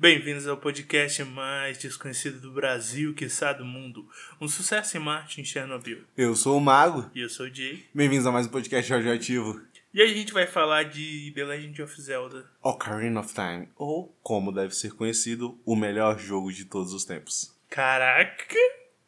Bem-vindos ao podcast mais desconhecido do Brasil, quiçá do mundo. Um sucesso em Marte, em Chernobyl. Eu sou o Mago. E eu sou o Jay. Bem-vindos a mais um podcast radioativo. E aí a gente vai falar de The Legend of Zelda. Ocarina of Time, ou como deve ser conhecido, o melhor jogo de todos os tempos. Caraca!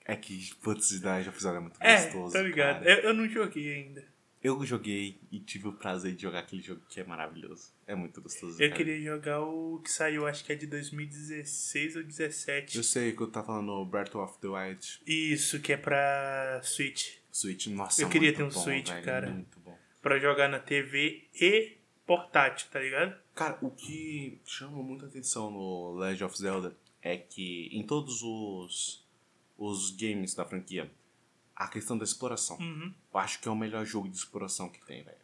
É que, putz, né, já fizeram é muito É, gostoso. tá ligado. cara. Eu, eu não joguei ainda. Eu joguei e tive o prazer de jogar aquele jogo que é maravilhoso. É muito gostoso. Eu cara. queria jogar o que saiu, acho que é de 2016 ou Eu 2017. sei que eu tava falando o Breath of the Wild Isso, que é pra Switch. Switch. Nossa, Eu queria muito ter um bom, Switch, velho, cara. Muito bom. Pra jogar na TV e portátil, tá ligado? Cara, o que chama muita atenção no Legend of Zelda é que em todos os, os games da franquia, a questão da exploração. Uhum. Eu acho que é o melhor jogo de exploração que tem, velho.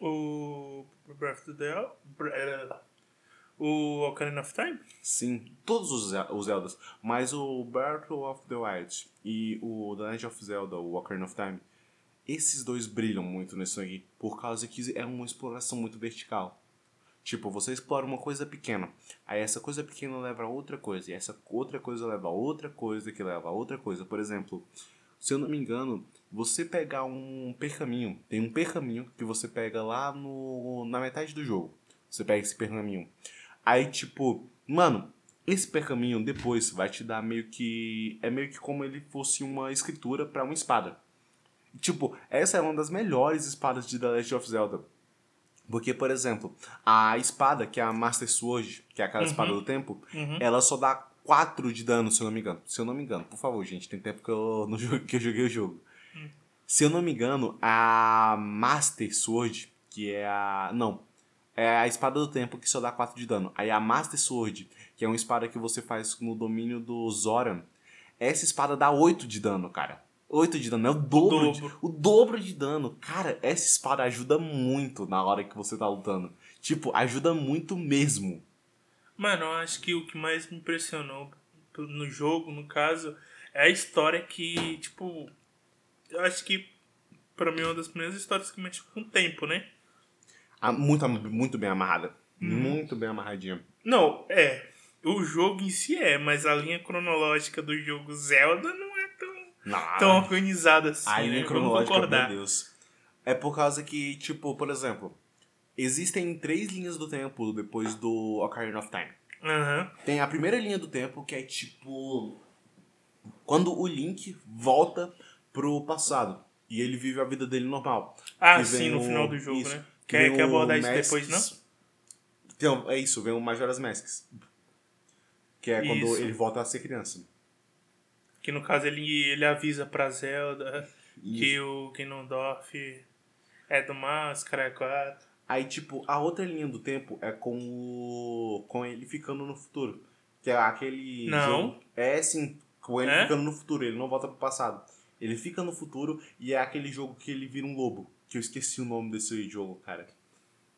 O Breath of the Wild- Bre- é, O Ocarina of Time? Sim, todos os, Ze- os Zeldas. Mas o Breath of the Wild e o The Legend of Zelda, o Ocarina of Time, esses dois brilham muito nesse aqui, por causa que é uma exploração muito vertical. Tipo, você explora uma coisa pequena, aí essa coisa pequena leva a outra coisa, e essa outra coisa leva a outra coisa, que leva a outra coisa. Por exemplo, se eu não me engano, você pegar um pergaminho, tem um pergaminho que você pega lá no, na metade do jogo. Você pega esse pergaminho. Aí, tipo, mano, esse pergaminho depois vai te dar meio que. É meio que como ele fosse uma escritura pra uma espada. Tipo, essa é uma das melhores espadas de The Legend of Zelda. Porque, por exemplo, a espada, que é a Master Sword, que é aquela Uhum. espada do tempo, Uhum. ela só dá 4 de dano, se eu não me engano. Se eu não me engano, por favor, gente, tem tempo que eu, não joguei- que eu joguei o jogo. Hum. Se eu não me engano, a Master Sword, que é a. Não. É a espada do tempo que só dá 4 de dano. Aí a Master Sword, que é uma espada que você faz no domínio do Zoran, essa espada dá 8 de dano, cara. 8 de dano, é o Dobro. dobro, De, o dobro de dano. Cara, essa espada ajuda muito na hora que você tá lutando. Tipo, ajuda muito mesmo. Mano, eu acho que o que mais me impressionou p- no jogo, no caso, é a história que, tipo, eu acho que pra mim é uma das primeiras histórias que mexe com o tempo, né? Ah, Muito, muito bem amarrada. Hum. Muito bem amarradinha. Não, é. O jogo em si é, mas a linha cronológica do jogo Zelda não é tão, Não, tão organizada assim. Ah, a né? linha Vamos cronológica, meu concordar. Deus. É por causa que, tipo, por exemplo, existem três linhas do tempo depois do Ocarina of Time. Aham. Tem a primeira linha do tempo que é tipo. Quando o Link volta pro passado. E ele vive a vida dele normal. Ah, Que sim, vem no o- final do jogo, isso. né? Que Quer, vem quer o abordar isso Masks- depois, não? Então, é isso, vem o Majora's Masks. Que é quando Isso. ele volta a ser criança. Que no caso ele, ele avisa pra Zelda que Isso. o Ganondorf é do Máscara é 4. Aí, tipo, a outra linha do tempo é com o. com ele ficando no futuro. Que é aquele. Não. jogo- É sim, com ele É? ficando no futuro, ele não volta pro passado. Ele fica no futuro e é aquele jogo que ele vira um lobo. Que eu esqueci o nome desse jogo, cara.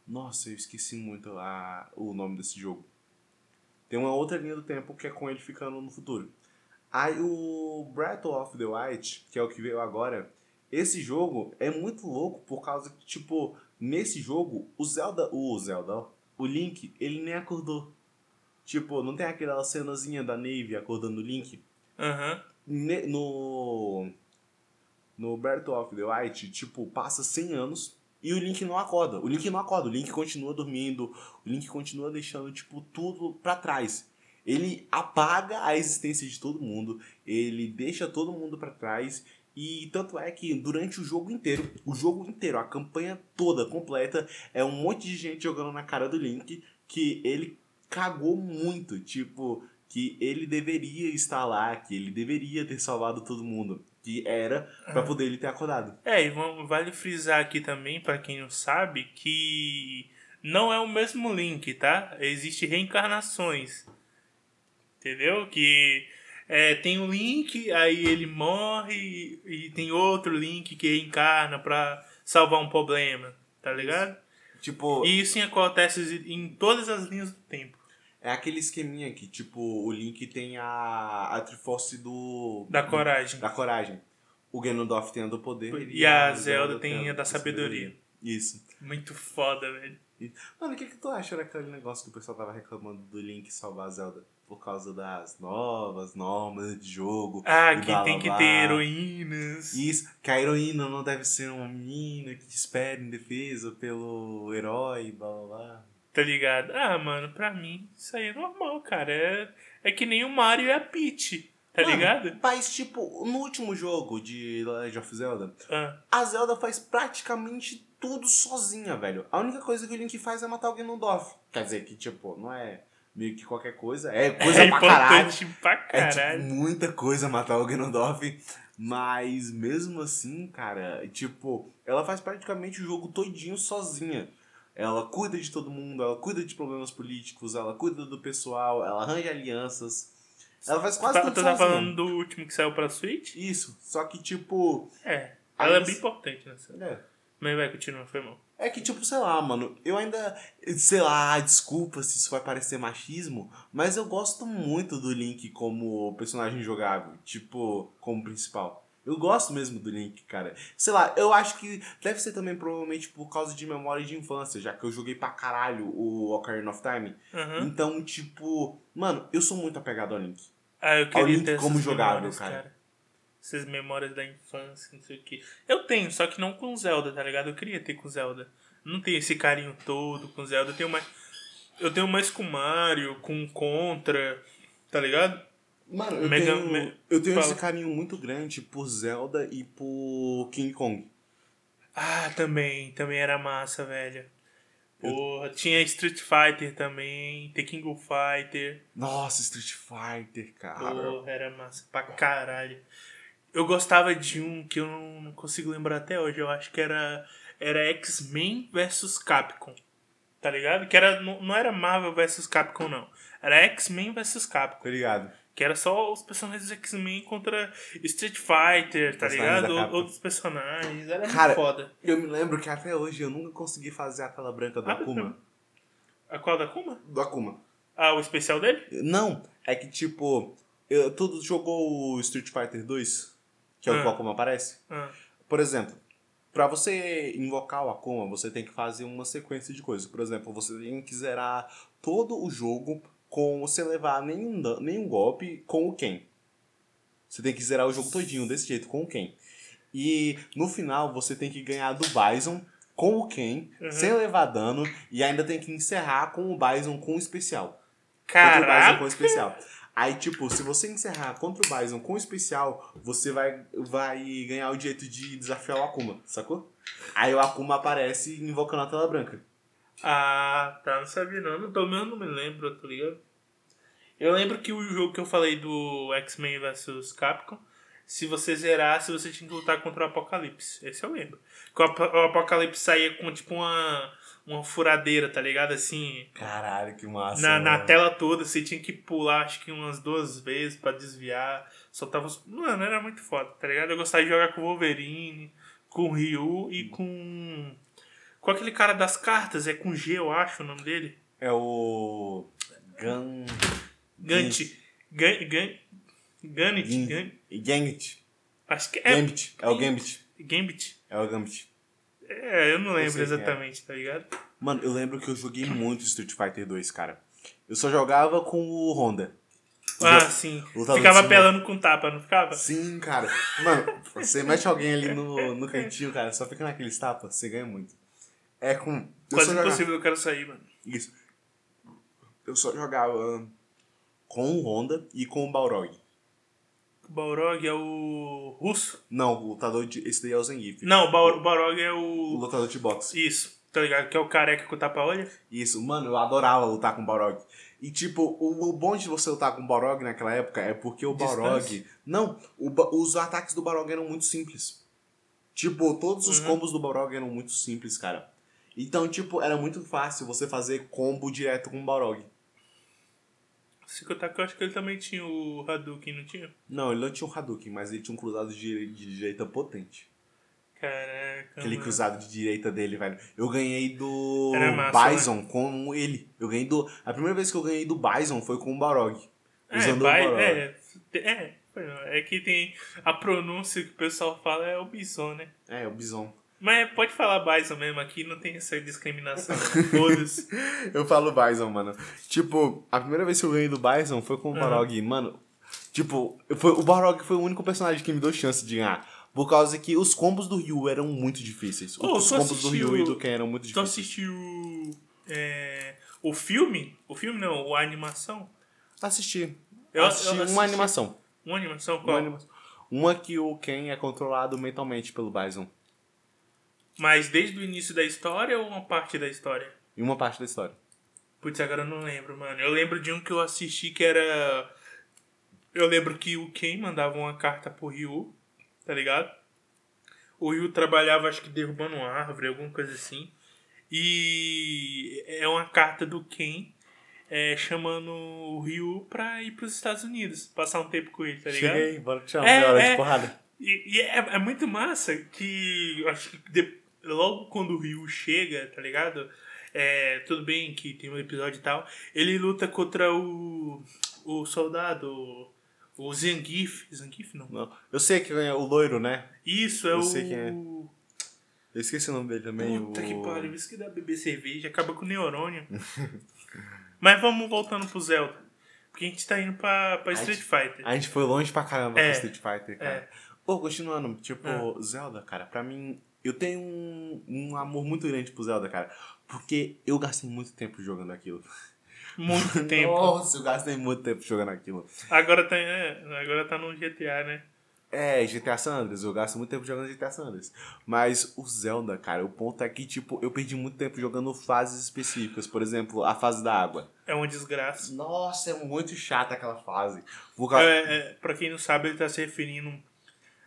Nossa, eu esqueci muito a, o nome desse jogo. Tem uma outra linha do tempo que é com ele ficando no futuro. Aí o Breath of the Wild, que é o que veio agora, esse jogo é muito louco por causa que, tipo, nesse jogo, o Zelda, o Zelda, ó, o Link, ele nem acordou. Tipo, não tem aquela cenazinha da Navy acordando o Link? Aham. Ne- no. No Breath of the Wild, tipo, passa 100 anos e o Link não acorda. O Link não acorda, o Link continua dormindo, o Link continua deixando, tipo, tudo pra trás. Ele apaga a existência de todo mundo, ele deixa todo mundo pra trás. E tanto é que durante o jogo inteiro, o jogo inteiro, a campanha toda completa, é um monte de gente jogando na cara do Link que ele cagou muito. Tipo, que ele deveria estar lá, que ele deveria ter salvado todo mundo, que era pra poder ele ter acordado. É, e vamos- vale frisar aqui também, pra quem não sabe, que não é o mesmo Link, tá? Existe reencarnações. Entendeu? Que é, tem um Link, aí ele morre, e, e tem outro Link que reencarna pra salvar um problema, tá ligado? Tipo, E isso acontece em todas as linhas do tempo. é aquele esqueminha que, tipo, o Link tem a, a Triforce do. Da do- coragem. Da coragem. O Ganondorf tem a do poder. E a Zelda tem a da sabedoria. Isso. Muito foda, velho. E, mano, o que, que tu acha daquele negócio que o pessoal tava reclamando do Link salvar Zelda por causa das novas normas de jogo? Ah, e que blá, tem blá, que blá. ter heroínas. Isso, que a heroína não deve ser uma menina que espera em defesa pelo herói, blá blá blá. Tá ligado? Ah, mano, pra mim isso aí é normal, cara. É, é que nem o Mario e a Peach, tá Mano, ligado? Mas, tipo, no último jogo de Legend of Zelda, Ah, a Zelda faz praticamente tudo sozinha, velho. A única coisa que o Link faz é matar alguém no Doff. Quer dizer, que, tipo, não é meio que qualquer coisa, é coisa é pra caralho. importante pra É caralho. tipo, muita coisa matar o Ganondorf. Mas mesmo assim, cara, tipo, ela faz praticamente o jogo todinho sozinha. Ela cuida de todo mundo, ela cuida de problemas políticos, ela cuida do pessoal, ela arranja alianças. Ela faz quase Tá- tudo tu sozinha. tá falando do último que saiu pra Switch? Isso, só que tipo, É. Aí Ela é você- bem importante nessa. é, Mas vai, continua, foi mal. É que, tipo, sei lá, mano, eu ainda. Sei lá, desculpa se isso vai parecer machismo, mas eu gosto muito do Link como personagem jogável, tipo, como principal. Eu gosto mesmo do Link, cara. Sei lá, eu acho que deve ser também provavelmente por causa de memória de infância, já que eu joguei pra caralho o Ocarina of Time. Aham. Então, tipo, mano, eu sou muito apegado ao Link. Ah, eu queria Link ter essas como jogável, memórias, cara. Essas memórias da infância, não sei o que. Eu tenho, só que não com Zelda, tá ligado? Eu queria ter com Zelda. Não tenho esse carinho todo com Zelda. Eu tenho mais, eu tenho mais com Mario, com Contra, tá ligado? Mano, eu Mega- tenho, me- eu tenho fala. esse carinho muito grande por Zelda e por King Kong. Ah, também. Também era massa, velho. Porra, tinha Street Fighter também, Tekken Go Fighter. Nossa, Street Fighter, cara. Porra, era massa pra caralho. Eu gostava de um que eu não não consigo lembrar até hoje. Eu acho que era, era X-Men versus Capcom. Tá ligado? Que era, não, não era Marvel versus Capcom, não. Era X-Men versus Capcom. Tá ligado? Que era só os personagens do X-Men contra Street Fighter, tá Personagens ligado? da Capcom. Outros personagens. Era Cara, muito foda. Eu me lembro que até hoje eu nunca consegui fazer a tela branca do Ah, Akuma. A qual da Kuma? Do Akuma. Ah, o especial dele? Não, é que tipo, eu, tu jogou o Street Fighter 2, que é o que o Ah. Akuma aparece? Ah, Por exemplo, pra você invocar o Akuma, você tem que fazer uma sequência de coisas. Por exemplo, você tem que zerar todo o jogo com você levar nenhum, dan- nenhum golpe com o Ken. Você tem que zerar o jogo todinho desse jeito, com o Ken. E no final você tem que ganhar do Bison com o Ken, Uhum. sem levar dano, e ainda tem que encerrar com o Bison com o especial contra o Bison caraca! com o especial. Aí, tipo, se você encerrar contra o Bison com o especial, você vai, vai ganhar o direito de desafiar o Akuma, sacou? Aí o Akuma aparece invocando a tela branca. Ah, tá, não sabia não. não Pelo menos não me lembro, tá ligado? Eu lembro que o jogo que eu falei do X-Men vs Capcom, se você zerasse, você tinha que lutar contra o Apocalipse. Esse eu lembro. Que o Apo- o Apocalipse saía com tipo uma, uma furadeira, tá ligado? Assim, Caralho, que massa. na, na tela toda, você tinha que pular acho que umas duas vezes pra desviar. Soltava os. Mano, era muito foda, tá ligado? Eu gostava de jogar com o Wolverine, com o Ryu Hum. e com. Com aquele cara das cartas, é com G, eu acho o nome dele. É o. Gan. Gant. Gan- Gan- Gambit. Gin. Gan- Gambit. Acho que é. Gambit. É o Gambit. Gambit. É o Gambit. É, eu não Eu lembro sei quem é. exatamente, tá ligado? Mano, eu lembro que eu joguei muito Street Fighter 2, cara. Eu só jogava com o Honda. Ah, sim. Lutador de Ficava sumo. pelando com tapa, não ficava? Sim, cara. Mano, você mete alguém ali no, no cantinho, cara, só fica naqueles tapas, você ganha muito. É com. Eu só Quase jogava- impossível eu quero sair, mano. Isso. Eu só jogava hum, com o Honda e com o Balrog. O Balrog é o. russo? Não, o lutador de. Esse daí é o Zangief. Não, o Bal- o Balrog é O o. lutador de boxe. Isso, tá ligado? Que é o careca com o tapa-olho. Isso, mano, eu adorava lutar com o Balrog. E tipo, o, o bom de você lutar com o Balrog naquela época é porque o Balrog. Distância. Não, o Ba- os ataques do Balrog eram muito simples. Tipo, todos os Uhum. combos do Balrog eram muito simples, cara. Então, tipo, era muito fácil você fazer combo direto com o Balrog. Se contar que eu acho que ele também tinha o Hadouken, não tinha? Não, ele não tinha um Hadouken, mas ele tinha um cruzado de, de direita potente. Caraca. Aquele mano. cruzado de direita dele, velho. Eu ganhei do Uhum. Era massa, né? Bison com ele. Eu ganhei do. A primeira vez que eu ganhei do Bison foi com o Balrog. É, usando o vai, Balrog. é, é, foi não. é que tem a pronúncia que o pessoal fala é o bison, né? É, o Bison. Mas pode falar Bison mesmo aqui, não tem essa discriminação. né? Todos. Eu falo Bison, mano. Tipo, a primeira vez que eu ganhei do Bison foi com o Barog. Mano, tipo, foi, o Barog foi o único personagem que me deu chance de ganhar. Por causa que os combos do Ryu eram muito difíceis. Ô, os tu combos do assistiu- Ryu e do Ken eram muito Tu difíceis. assistiu Então, é, o filme? O filme não, a animação. Assisti. Eu- eu Tá assisti uma assisti. animação. Uma animação qual? Uma animação. Uma que o Ken é controlado mentalmente pelo Bison. Mas desde o início da história ou uma parte da história? Em uma parte da história. Putz, agora eu não lembro, mano. Eu lembro de um que eu assisti que era. Eu lembro que o Ken mandava uma carta pro Ryu, tá ligado? O Ryu trabalhava, acho que derrubando uma árvore, alguma coisa assim. E é uma carta do Ken é, chamando o Ryu pra ir pros Estados Unidos, passar um tempo com ele, tá ligado? Cheguei, bora te chamar. É, hora é. de porrada. E, e é, é muito massa que eu acho que de- logo quando o Ryu chega, tá ligado? É, tudo bem que tem um episódio e tal. Ele luta contra o. o soldado. o- O Zangief. Zangief não. Não. Eu sei que é o loiro, né? Isso é Eu o. sei quem é. Eu esqueci o nome dele também. Puta o... que pariu, isso que dá beber cerveja, acaba com o neurônio. Mas vamos voltando pro Zelda. Porque a gente tá indo pra, pra Street Fighter. A gente foi longe pra caramba É. com Street Fighter, cara. É. Pô, continuando, tipo, Zelda, cara, pra mim, eu tenho um, um amor muito grande pro Zelda, cara. Porque eu gastei muito tempo jogando aquilo. Muito tempo. Nossa, eu gastei muito tempo jogando aquilo. Agora tá, é, agora tá no GTA, né? É, GTA San Andreas, eu gasto muito tempo jogando GTA San Andreas. Mas o Zelda, cara, o ponto é que, tipo, eu perdi muito tempo jogando fases específicas. Por exemplo, a fase da água. É uma desgraça. Nossa, é muito chata aquela fase. Por causa- É, é, pra quem não sabe, ele tá se referindo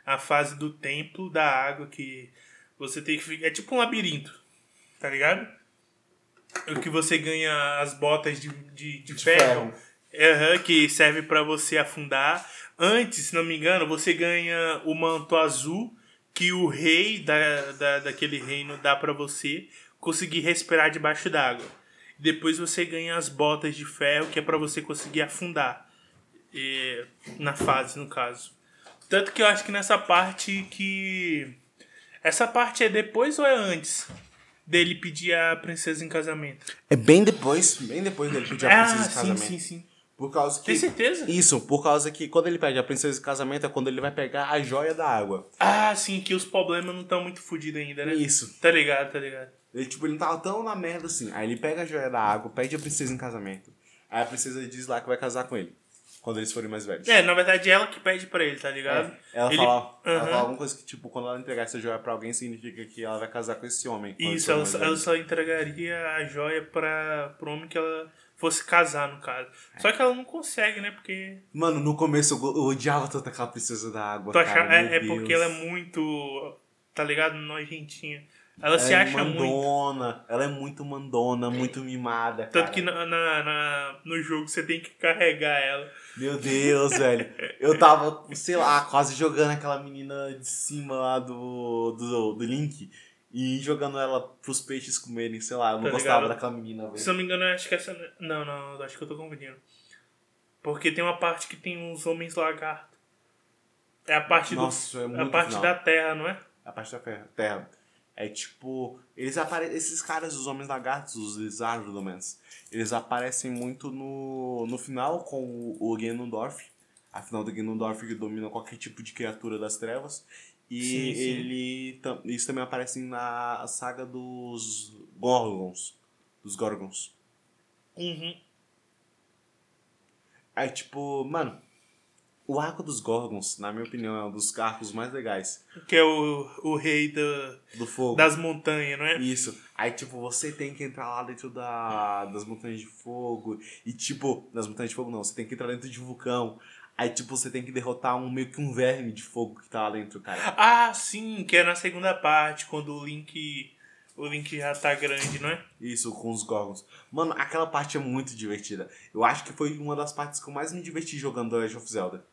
à fase do templo da água que você tem que ficar. É tipo um labirinto, tá ligado? O que você ganha as botas de, de, de De ferro, ferro. aham, que serve pra você afundar. Antes, se não me engano, você ganha o manto azul que o rei da, da, daquele reino dá pra você conseguir respirar debaixo d'água. Depois você ganha as botas de ferro que é pra você conseguir afundar. É, na fase, no caso. Tanto que eu acho que nessa parte que. Essa parte é depois ou é antes dele pedir a princesa em casamento? É bem depois, bem depois dele pedir a ah, princesa de sim, casamento. sim, sim. Por causa que. Tem certeza? Isso, por causa que quando ele pede a princesa de casamento é quando ele vai pegar a joia da água. Ah, sim, que os problemas não estão muito fodidos ainda, né? Isso. Tá ligado, tá ligado. Ele, tipo, ele não tava tão na merda assim. Aí ele pega a joia da água, pede a princesa em casamento. Aí a princesa diz lá que vai casar com ele. Quando eles forem mais velhos. É, na verdade é ela que pede pra ele, tá ligado? É, Ela, Ele- fala, ela Aham. fala alguma coisa que, tipo, quando ela entregar essa joia pra alguém, significa que ela vai casar com esse homem. quando eles Isso, forem ela mais só, ela velhos. só entregaria a joia pra, pro homem que ela fosse casar, no caso. É. Só que ela não consegue, né? Porque Mano, no começo eu, go- eu odiava tanto aquela princesa da água. Tu cara, acha- meu é, é Deus. porque ela é muito, tá ligado? Nojentinha. Ela, se é acha muito. mandona, Ela é muito mandona, muito mimada. Tanto cara. que na, na- na- no jogo você tem que carregar ela. Meu Deus, velho. Eu tava, sei lá, quase jogando aquela menina de cima lá do, do, do Link e jogando ela pros peixes comerem, sei lá. Eu não Tá gostava ligado? daquela menina, Se velho. não me engano, eu acho que essa. Não, não, eu acho que eu tô confundindo. Porque tem uma parte que tem uns homens lagarto. É a parte do. Nossa, isso é a muito parte final. da terra, não é? A parte da fer- terra. É tipo, eles aparecem. Esses caras, os homens lagartos, os lizardos, pelo menos, eles aparecem muito no, no final com o, o Ganondorf. Afinal, do Ganondorf que domina qualquer tipo de criatura das trevas. E Sim, sim. ele tam- isso também aparece na saga dos Gorgons. Dos Gorgons. Uhum. É tipo, mano, o arco dos Gorgons, na minha opinião, é um dos arcos mais legais Que é o, o rei do, do fogo. das montanhas, não é? Isso. Aí, tipo, você tem que entrar lá dentro da, das montanhas de fogo. E, tipo, nas montanhas de fogo não, você tem que entrar dentro de um vulcão. Aí, tipo, você tem que derrotar um meio que um verme de fogo que tá lá dentro, cara. Ah, sim, que é na segunda parte, quando o Link. O Link já tá grande, não é? Isso, com os Gorgons. Mano, aquela parte é muito divertida. Eu acho que foi uma das partes que eu mais me diverti jogando Legend of Zelda.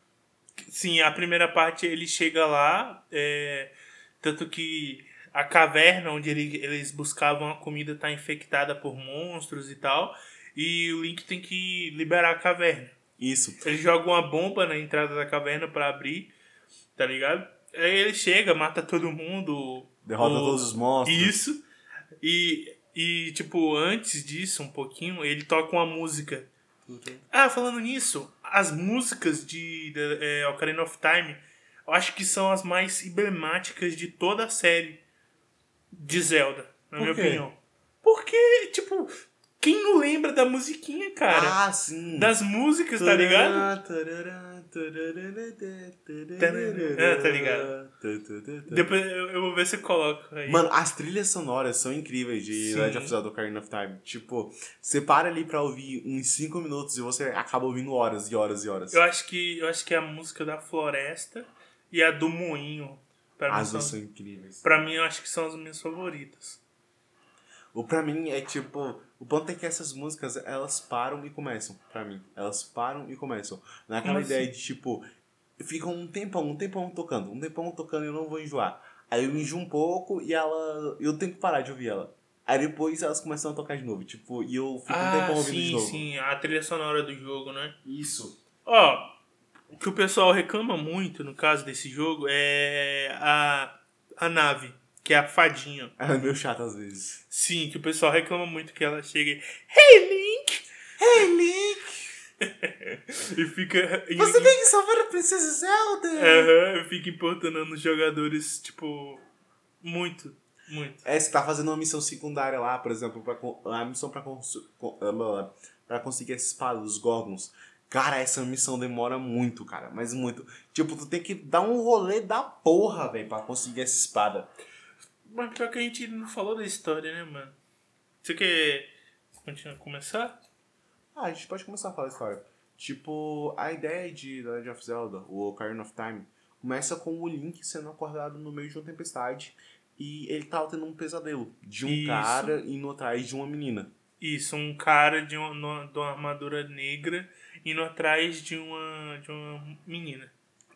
Sim, a primeira parte ele chega lá, é, tanto que a caverna onde ele- eles buscavam a comida tá infectada por monstros e tal, e o Link tem que liberar a caverna. Isso. Ele joga uma bomba na entrada da caverna pra abrir, tá ligado? Aí ele chega, mata todo mundo, Derrota O- todos os monstros. Isso. E, e, tipo, antes disso, um pouquinho, ele toca uma música. Ah, falando nisso, as músicas de The, é, Ocarina of Time, eu acho que são as mais emblemáticas de toda a série de Zelda, na Por minha quê? opinião. Porque, tipo, quem não lembra da musiquinha, cara? ah, sim. das músicas, tá ligado? É, tá ligado. Depois eu, eu vou ver se eu coloco aí. Mano, as trilhas sonoras são incríveis de Sim. Legend of Zelda Ocarina of Time. Tipo, você para ali pra ouvir uns 5 minutos e você acaba ouvindo horas e horas e horas. Eu acho que eu acho que é a música da floresta e a do moinho para mim As são, duas são incríveis. pra mim eu acho que são as minhas favoritas. O pra mim é tipo. O ponto é que essas músicas, elas param e começam. Pra mim. Elas param e começam. Naquela Como assim? ideia de tipo. Ficam um tempão, um tempão tocando, um tempão tocando e eu não vou enjoar. Aí eu enjoo um pouco e ela. Eu tenho que parar de ouvir ela. Aí depois elas começam a tocar de novo. Tipo, e eu fico um Ah, tempão ouvindo de sim, novo. sim, a trilha sonora do jogo, né? Isso. Ó, o que o pessoal reclama muito no caso desse jogo é a a nave, que é a fadinha. É meio chato às vezes. Sim, que o pessoal reclama muito que ela chega e, Hey Link! Hey Link! E fica veio que salvar a Princesa Zelda! Aham, fica importunando os jogadores, tipo, muito, muito. É, você tá fazendo uma missão secundária lá, por exemplo, pra, con- a missão pra, cons- con- ah, blá, blá, pra conseguir essa espada dos Gorgons. Cara, essa missão demora muito, cara, mas muito. Tipo, tu tem que dar um rolê da porra, velho, pra conseguir essa espada. Mas pior que a gente não falou da história, né, mano? Você quer continuar começar? Ah, a gente pode começar a falar a história. Tipo, a ideia de The Legend of Zelda, o Ocarina of Time, começa com o Link sendo acordado no meio de uma tempestade e ele tava tendo um pesadelo de um Isso. cara indo atrás de uma menina. Isso, um cara de uma, no- de uma armadura negra indo atrás de uma, de uma menina.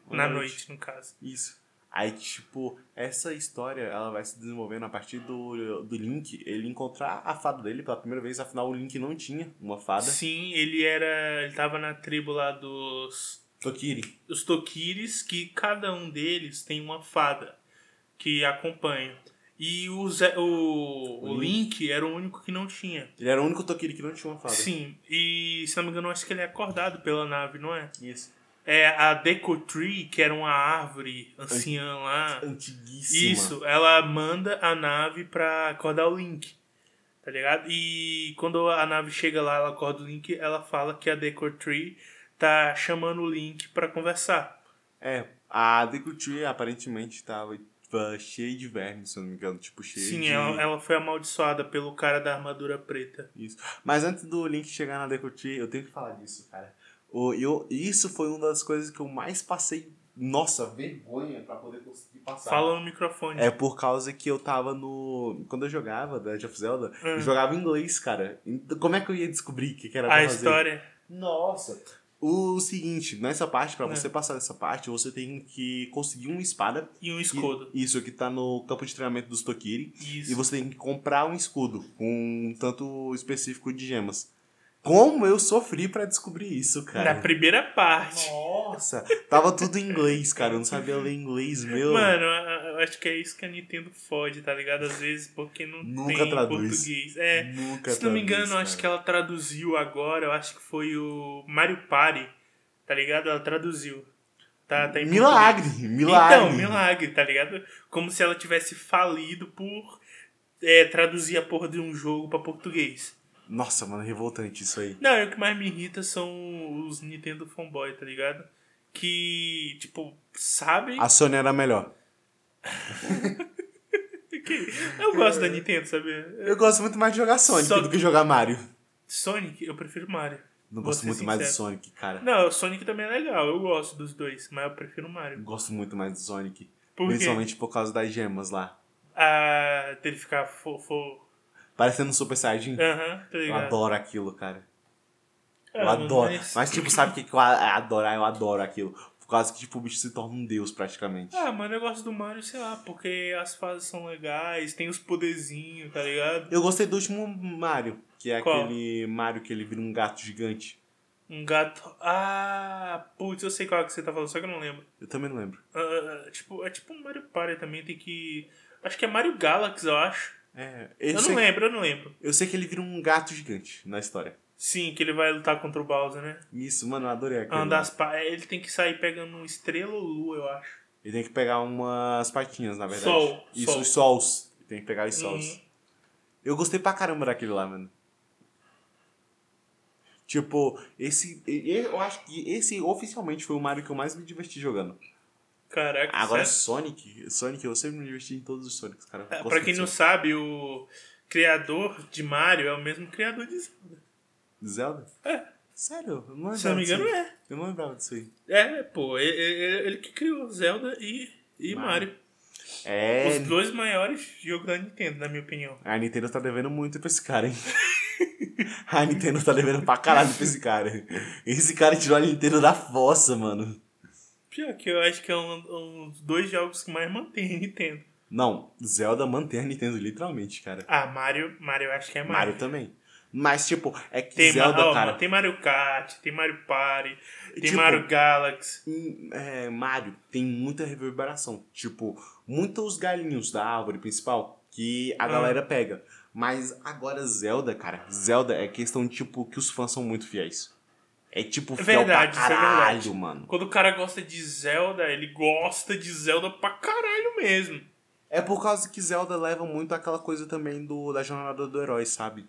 Uma na noite. noite. no caso. Isso. Aí, tipo, essa história ela vai se desenvolvendo a partir do, do Link, ele encontrar a fada dele pela primeira vez, afinal o Link não tinha uma fada. Sim, ele era. Ele tava na tribo lá dos. Tokiri. Os Tokiris, que cada um deles tem uma fada que acompanha. E o, Zé- o, o O Link era o único que não tinha. Ele era o único Tokiri que não tinha uma fada. Sim, e se não me engano, eu acho que ele é acordado pela nave, não é? Isso. É a Deco Tree, que era uma árvore anciã lá. Antiguíssima. Isso, ela manda a nave pra acordar o Link. Tá ligado? E quando a nave chega lá, ela acorda o Link, ela fala que a Deco Tree tá chamando o Link pra conversar. É, a Deku Tree aparentemente tava tava cheia de vermes, se eu não me engano, tipo cheia Sim, é de... ela, ela foi amaldiçoada pelo cara da armadura preta. Isso. Mas antes do Link chegar na Deku Tree, eu tenho que falar disso, cara. O- eu, isso foi uma das coisas que eu mais passei, nossa, vergonha pra poder conseguir passar. Fala um no microfone. Tá. É por causa que eu tava no. Quando eu jogava The Legend of Zelda, Hum. eu jogava em inglês, cara. Então, como é que eu ia descobrir o que, que era pra a fazer? história. Nossa! O seguinte, nessa parte, pra Hum. você passar dessa parte, você tem que conseguir uma espada. E um que- escudo. isso, que tá no campo de treinamento dos Tokiri. Isso. E você tem que comprar um escudo com um tanto específico de gemas. Como eu sofri pra descobrir isso, Na cara. primeira parte. Nossa! Tava tudo em inglês, cara. Eu não sabia ler inglês, meu. Mano, a- a- eu acho que é isso que a Nintendo fode, tá ligado? Às vezes porque não Nunca tem traduz. português. É, Nunca tá se não me traduz, engano, eu acho cara. que ela traduziu agora, eu acho que foi o Mario Party, tá ligado? Ela traduziu. Tá, tá em português. Milagre, milagre. Então, milagre, tá ligado? Como se ela tivesse falido por é, traduzir a porra de um jogo pra português. Nossa, mano, revoltante isso aí. Não, e o que mais me irrita são os Nintendo fanboy, tá ligado? Que, tipo, sabem A Sony era melhor. Eu gosto da Nintendo, sabe? Eu gosto muito mais de jogar Sonic Só do que jogar Mario. Sonic, eu prefiro Mario. Não Vou gosto ser muito mais de sincero. Sonic, cara. Não, o Sonic também é legal, eu gosto dos dois, mas eu prefiro Mario. Gosto muito mais de Sonic. Por quê? principalmente por causa das gemas lá. Ah, dele ficar fofo. Parecendo um Super Saiyajin. Aham, tá Eu ligado? adoro aquilo, cara. Ah, Eu mano, adoro. mas- Mas, tipo, sabe o que que eu a- adorar? Eu adoro aquilo. Por causa que, tipo, o bicho se torna um deus praticamente. Ah, mano, eu gosto do Mario, sei lá, porque as fases são legais, tem os poderzinhos, tá ligado? Eu gostei do último Mario, que é Qual? aquele Mario que ele vira um gato gigante. Um gato. Ah, putz, eu sei qual que você tá falando, só que eu não lembro. Eu também não lembro. Ah, tipo, é tipo um Mario Party também, tem que Acho que é Mario Galaxy, eu acho. É, Eu, eu, não sei, lembro, eu não lembro. eu sei que ele vira um gato gigante na história. Sim, que ele vai lutar contra o Bowser, né? Isso, mano, eu adorei aquele. Uma das pa- é, Ele tem que sair pegando um estrela ou lua, eu acho. Ele tem que pegar umas patinhas, na verdade. Sol, Isso, sol. os sols. Ele tem que pegar os Uhum. sols. Eu gostei pra caramba daquele lá, mano. Tipo, esse. e- e- Eu acho que esse oficialmente foi o Mario que eu mais me diverti jogando. Caraca, Agora, É, sério. É, Sonic. Sonic, eu sempre me diverti em todos os Sonics, cara. Eu gosto Pra muito quem não de sabe, o criador de Mario é o mesmo criador de Zelda. Zelda? É. Sério? Eu não Se eu não me engano, lembrava disso aí. é. Eu não lembrava disso aí. É, pô, ele, ele- ele que criou Zelda e, e Mario. Mario. É. Os dois maiores jogos da Nintendo, na minha opinião. A Nintendo tá devendo muito pra esse cara, hein? a Nintendo tá devendo pra caralho pra esse cara. Esse cara tirou a Nintendo da fossa, mano. Pior que eu acho que é um, um dos dois jogos que mais mantém a Nintendo. Não, Zelda mantém a Nintendo, literalmente, cara. Ah, Mario, Mario eu acho que é Mario. Mario também. Mas, tipo, é que Tem, Ma- Zelda, ó, cara. tem Mario Kart, tem Mario Party, tem Tipo- Mario Galaxy. em, é, Mario tem muita reverberação. Tipo, muitos galinhos da árvore principal que a Ah. galera pega. Mas agora Zelda, cara, Zelda é questão, tipo, que os fãs são muito fiéis. É tipo, fiel Verdade, isso pra é verdade. caralho, mano. Quando o cara gosta de Zelda, ele gosta de Zelda pra caralho mesmo. É por causa que Zelda leva muito aquela coisa também do, da jornada do herói, sabe?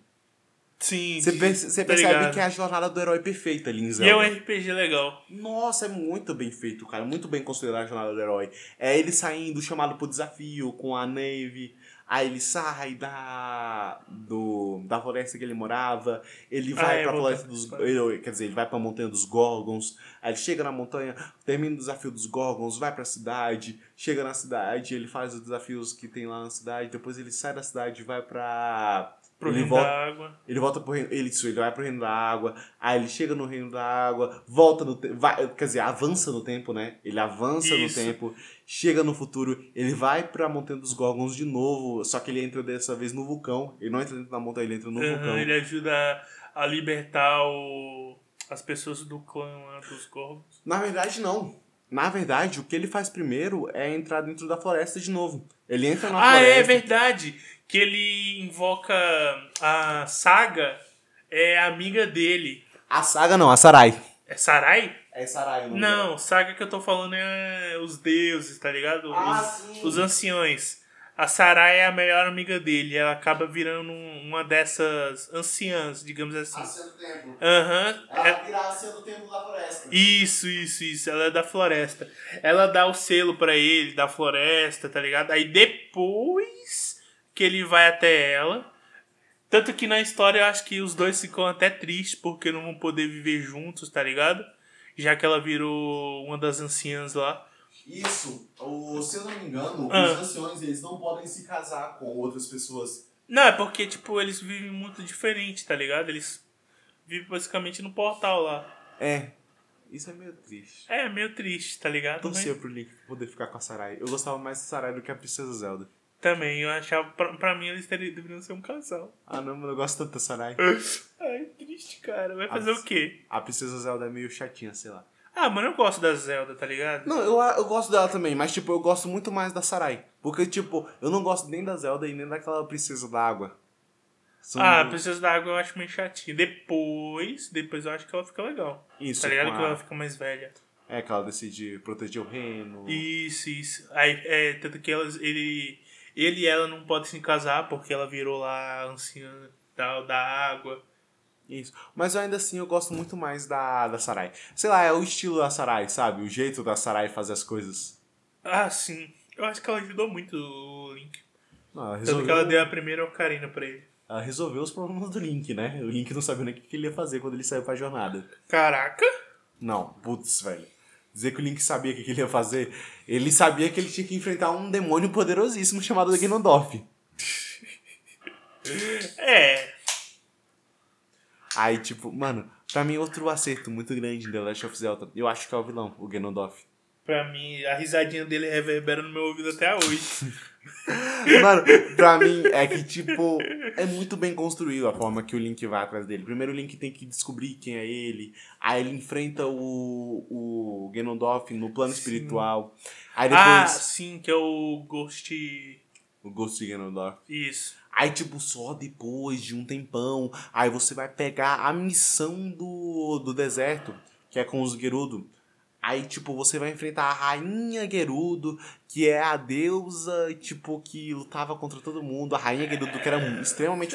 Sim, Você de- perce- você tá percebe ligado? que é a jornada do herói perfeita ali em E Zelda. é um RPG legal. Nossa, é muito bem feito, cara. Muito bem considerado a jornada do herói. É ele saindo, chamado pro desafio com a Neve. Aí ele sai da, do, da floresta que ele morava. Ele Ah, vai é, pra volta- floresta dos. ele- Quer dizer, ele vai pra montanha dos Gorgons. Aí ele chega na montanha, termina o desafio dos Gorgons, vai pra cidade. Chega na cidade, ele faz os desafios que tem lá na cidade. Depois ele sai da cidade e vai pra. Pro ele Reino volta- da Água. ele volta pro reino, ele, isso, ele vai pro reino da água, aí ele chega no reino da água, volta no tempo, quer dizer, avança no tempo, né? Ele avança Isso. no tempo, chega no futuro, ele vai pra Montanha dos Gorgons de novo, só que ele entra dessa vez no vulcão, ele não entra dentro da montanha, ele entra no Aham, vulcão. ele ajuda a libertar o- as pessoas do clã lá dos Gorgons. Na verdade, não. Na verdade, o que ele faz primeiro é entrar dentro da floresta de novo. Ele entra na Ah, é floresta. verdade! Que ele invoca a Saga, é amiga dele. A saga não, a Sarai. É Sarai? É Sarai o nome dela. Não, Saga que eu tô falando é os deuses, tá ligado? Ah, os, sim. os anciões. A Sarai é a melhor amiga dele. Ela acaba virando um- uma dessas anciãs, digamos A assim. Senha do Tempo. Aham. é- vira a Senha do Tempo da floresta. Isso, isso, isso. Ela é da floresta. Ela dá o selo pra ele da floresta, tá ligado? Aí depois que ele vai até ela. Tanto que na história eu acho que os dois ficam até tristes porque não vão poder viver juntos, tá ligado? Já que ela virou uma das anciãs lá. Isso, o, se eu não me engano, Ah. os anciões eles não podem se casar com outras pessoas. Não, é porque, tipo, eles vivem muito diferente, tá ligado? Eles vivem basicamente no portal lá. É, isso é meio triste. É meio triste, tá ligado? Mas- Torcia pro Link poder ficar com a Sarai. Eu gostava mais da Sarai do que a Princesa Zelda. também, eu achava, pra, pra mim, eles teriam, deveriam ser um casal. Ah não, mano, eu gosto tanto da Sarai. Ai, triste, cara. Vai fazer Nossa. o quê? A Princesa Zelda é meio chatinha, sei lá. Ah, mano, eu gosto da Zelda, tá ligado? Não, eu, eu gosto dela também, mas tipo, eu gosto muito mais da Sarai. Porque, tipo, eu não gosto nem da Zelda e nem daquela Princesa da Água. São ah, a duas- Princesa da Água eu acho meio chatinha. Depois, depois eu acho que ela fica legal. isso, tá ligado? com Que a- ela fica mais velha. É que ela decide proteger o reino. Isso, isso. Aí, é, tanto que elas, ele, ele e ela não podem se casar porque ela virou lá a anciã da, da água. Isso. Mas ainda assim eu gosto muito mais da, da Sarai. Sei lá, é o estilo da Sarai, sabe? O jeito da Sarai fazer as coisas. Ah, sim. Eu acho que ela ajudou muito o Link. Não, ela, Tanto resolveu, que ela deu a primeira ocarina pra ele. ela resolveu os problemas do Link, né? O Link não sabia nem o que que ele ia fazer quando ele saiu pra jornada. Caraca! Não, putz, velho. Dizer que o Link sabia o que que ele ia fazer, ele sabia que ele tinha que enfrentar um demônio poderosíssimo chamado Gnodorf. É. Aí, tipo, mano, pra mim outro acerto muito grande da Last of Zelda, eu acho que é o vilão, o Gnodorf. Pra mim, a risadinha dele reverbera no meu ouvido até hoje. Mano, pra mim é que, tipo, é muito bem construído a forma que o Link vai atrás dele. Primeiro o Link tem que descobrir quem é ele. Aí ele enfrenta o, o Ganondorf no plano Sim. espiritual. Aí Ah, depois sim, que é o Ghost. O Ghost Trick and Dark. Isso. Aí, tipo, só depois de um tempão, aí você vai pegar a missão do, do deserto, que é com os Gerudo. Aí, tipo, você vai enfrentar a Rainha Gerudo, que é a deusa, tipo, que lutava contra todo mundo. A Rainha Gerudo, que era extremamente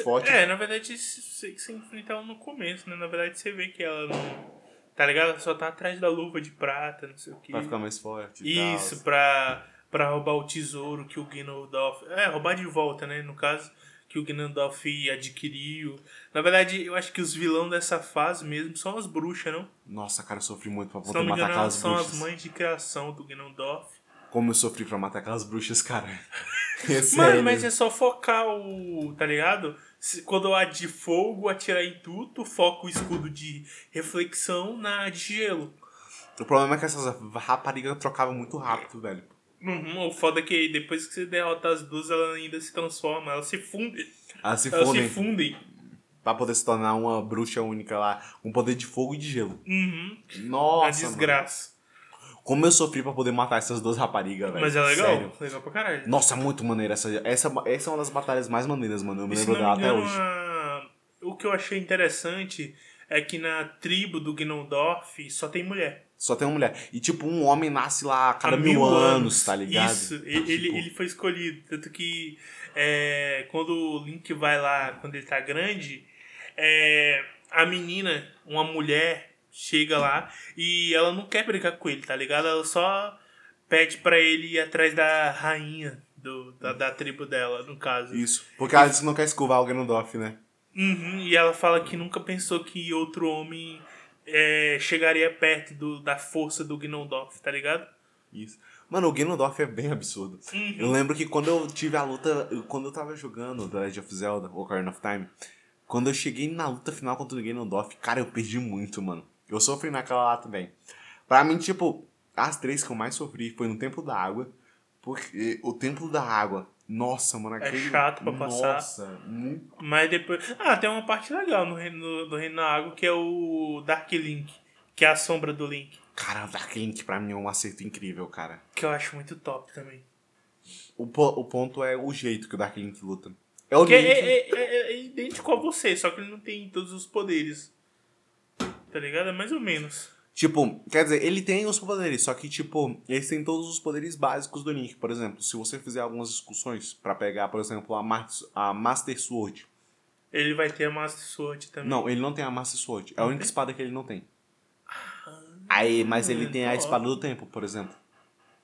forte. É, na verdade, você você enfrenta ela no começo, né? Na verdade, você vê que ela não. Tá ligado? Ela só tá atrás da luva de prata, não sei o que. Pra ficar mais forte e tal. Isso, pra, pra roubar o tesouro que o Gandalf... É, roubar de volta, né? No caso, que o Gandalf adquiriu. Na verdade, eu acho que os vilão dessa fase mesmo são as bruxas, não? Nossa, cara, eu sofri muito pra Se não poder me matar engano, elas aquelas são bruxas. as mães de criação do Gandalf. Como eu sofri pra matar aquelas bruxas, cara. É Mano, sério. mas é só focar o... Tá ligado? Se- Quando a de fogo, atirar em tudo, foca o escudo de reflexão na de gelo. O problema é que essas raparigas trocavam muito rápido, velho. Uhum, o foda é que depois que você derrota as duas, ela ainda se transforma, ela se funde. Elas se Elas fundem se fundem. pra poder se tornar uma bruxa única lá. Um poder de fogo e de gelo. Uhum. Nossa, a desgraça. mano. Como eu sofri pra poder matar essas duas raparigas, velho. Mas é legal, Sério. legal pra caralho. Nossa, é muito maneira. Essa, essa, essa é uma das batalhas mais maneiras, mano. Eu me E se lembro não dela me até engano, hoje. a- O que eu achei interessante é que na tribo do Gnondorf só tem mulher. Só tem uma mulher. E tipo, um homem nasce lá a cada é Há mil, anos, tá ligado? Isso, ele, ele- Tipo, ele foi escolhido. Tanto que é, quando o Link vai lá, quando ele tá grande, é, a menina, uma mulher, chega lá e ela não quer brigar com ele, tá ligado? Ela só pede pra ele ir atrás da rainha do, da, da tribo dela, no caso. Isso. Porque ela disse que não quer escovar o Ganondorf, né? Uhum, e ela fala que nunca pensou que outro homem é, chegaria perto do, da força do Gnondorf, tá ligado? Isso. Mano, o Ganondorf é bem absurdo. Uhum. Eu lembro que quando eu tive a luta, eu- quando eu tava jogando The Legend of Zelda, Ocarina of Time, quando eu cheguei na luta final contra o Ganondorf, cara, eu perdi muito, mano. Eu sofri naquela lá também. Pra mim, tipo, as três que eu mais sofri foi no Templo da Água, porque o Templo da Água, nossa, mano, aquele... É chato pra passar. Nossa, muito... Mas depois. Ah, tem uma parte legal no Reino, no, no Reino da Água que é o Dark Link, que é a sombra do Link, Cara, o Dark Link pra mim é um acerto incrível, cara. que eu acho muito top também. O, po- o ponto é o jeito que o Dark Link luta. É o Porque é, Link... é- é- é- é idêntico a você, só que ele não tem todos os poderes. Tá ligado? É mais ou menos. Tipo, quer dizer, ele tem os poderes, só que, tipo, eles têm todos os poderes básicos do Link. Por exemplo, se você fizer algumas excursões pra pegar, por exemplo, a, Mas- a Master Sword. Ele vai ter a Master Sword também. Não, ele não tem a Master Sword. É a única espada que ele não tem. Aí, mas ele tem a top. espada do tempo, por exemplo.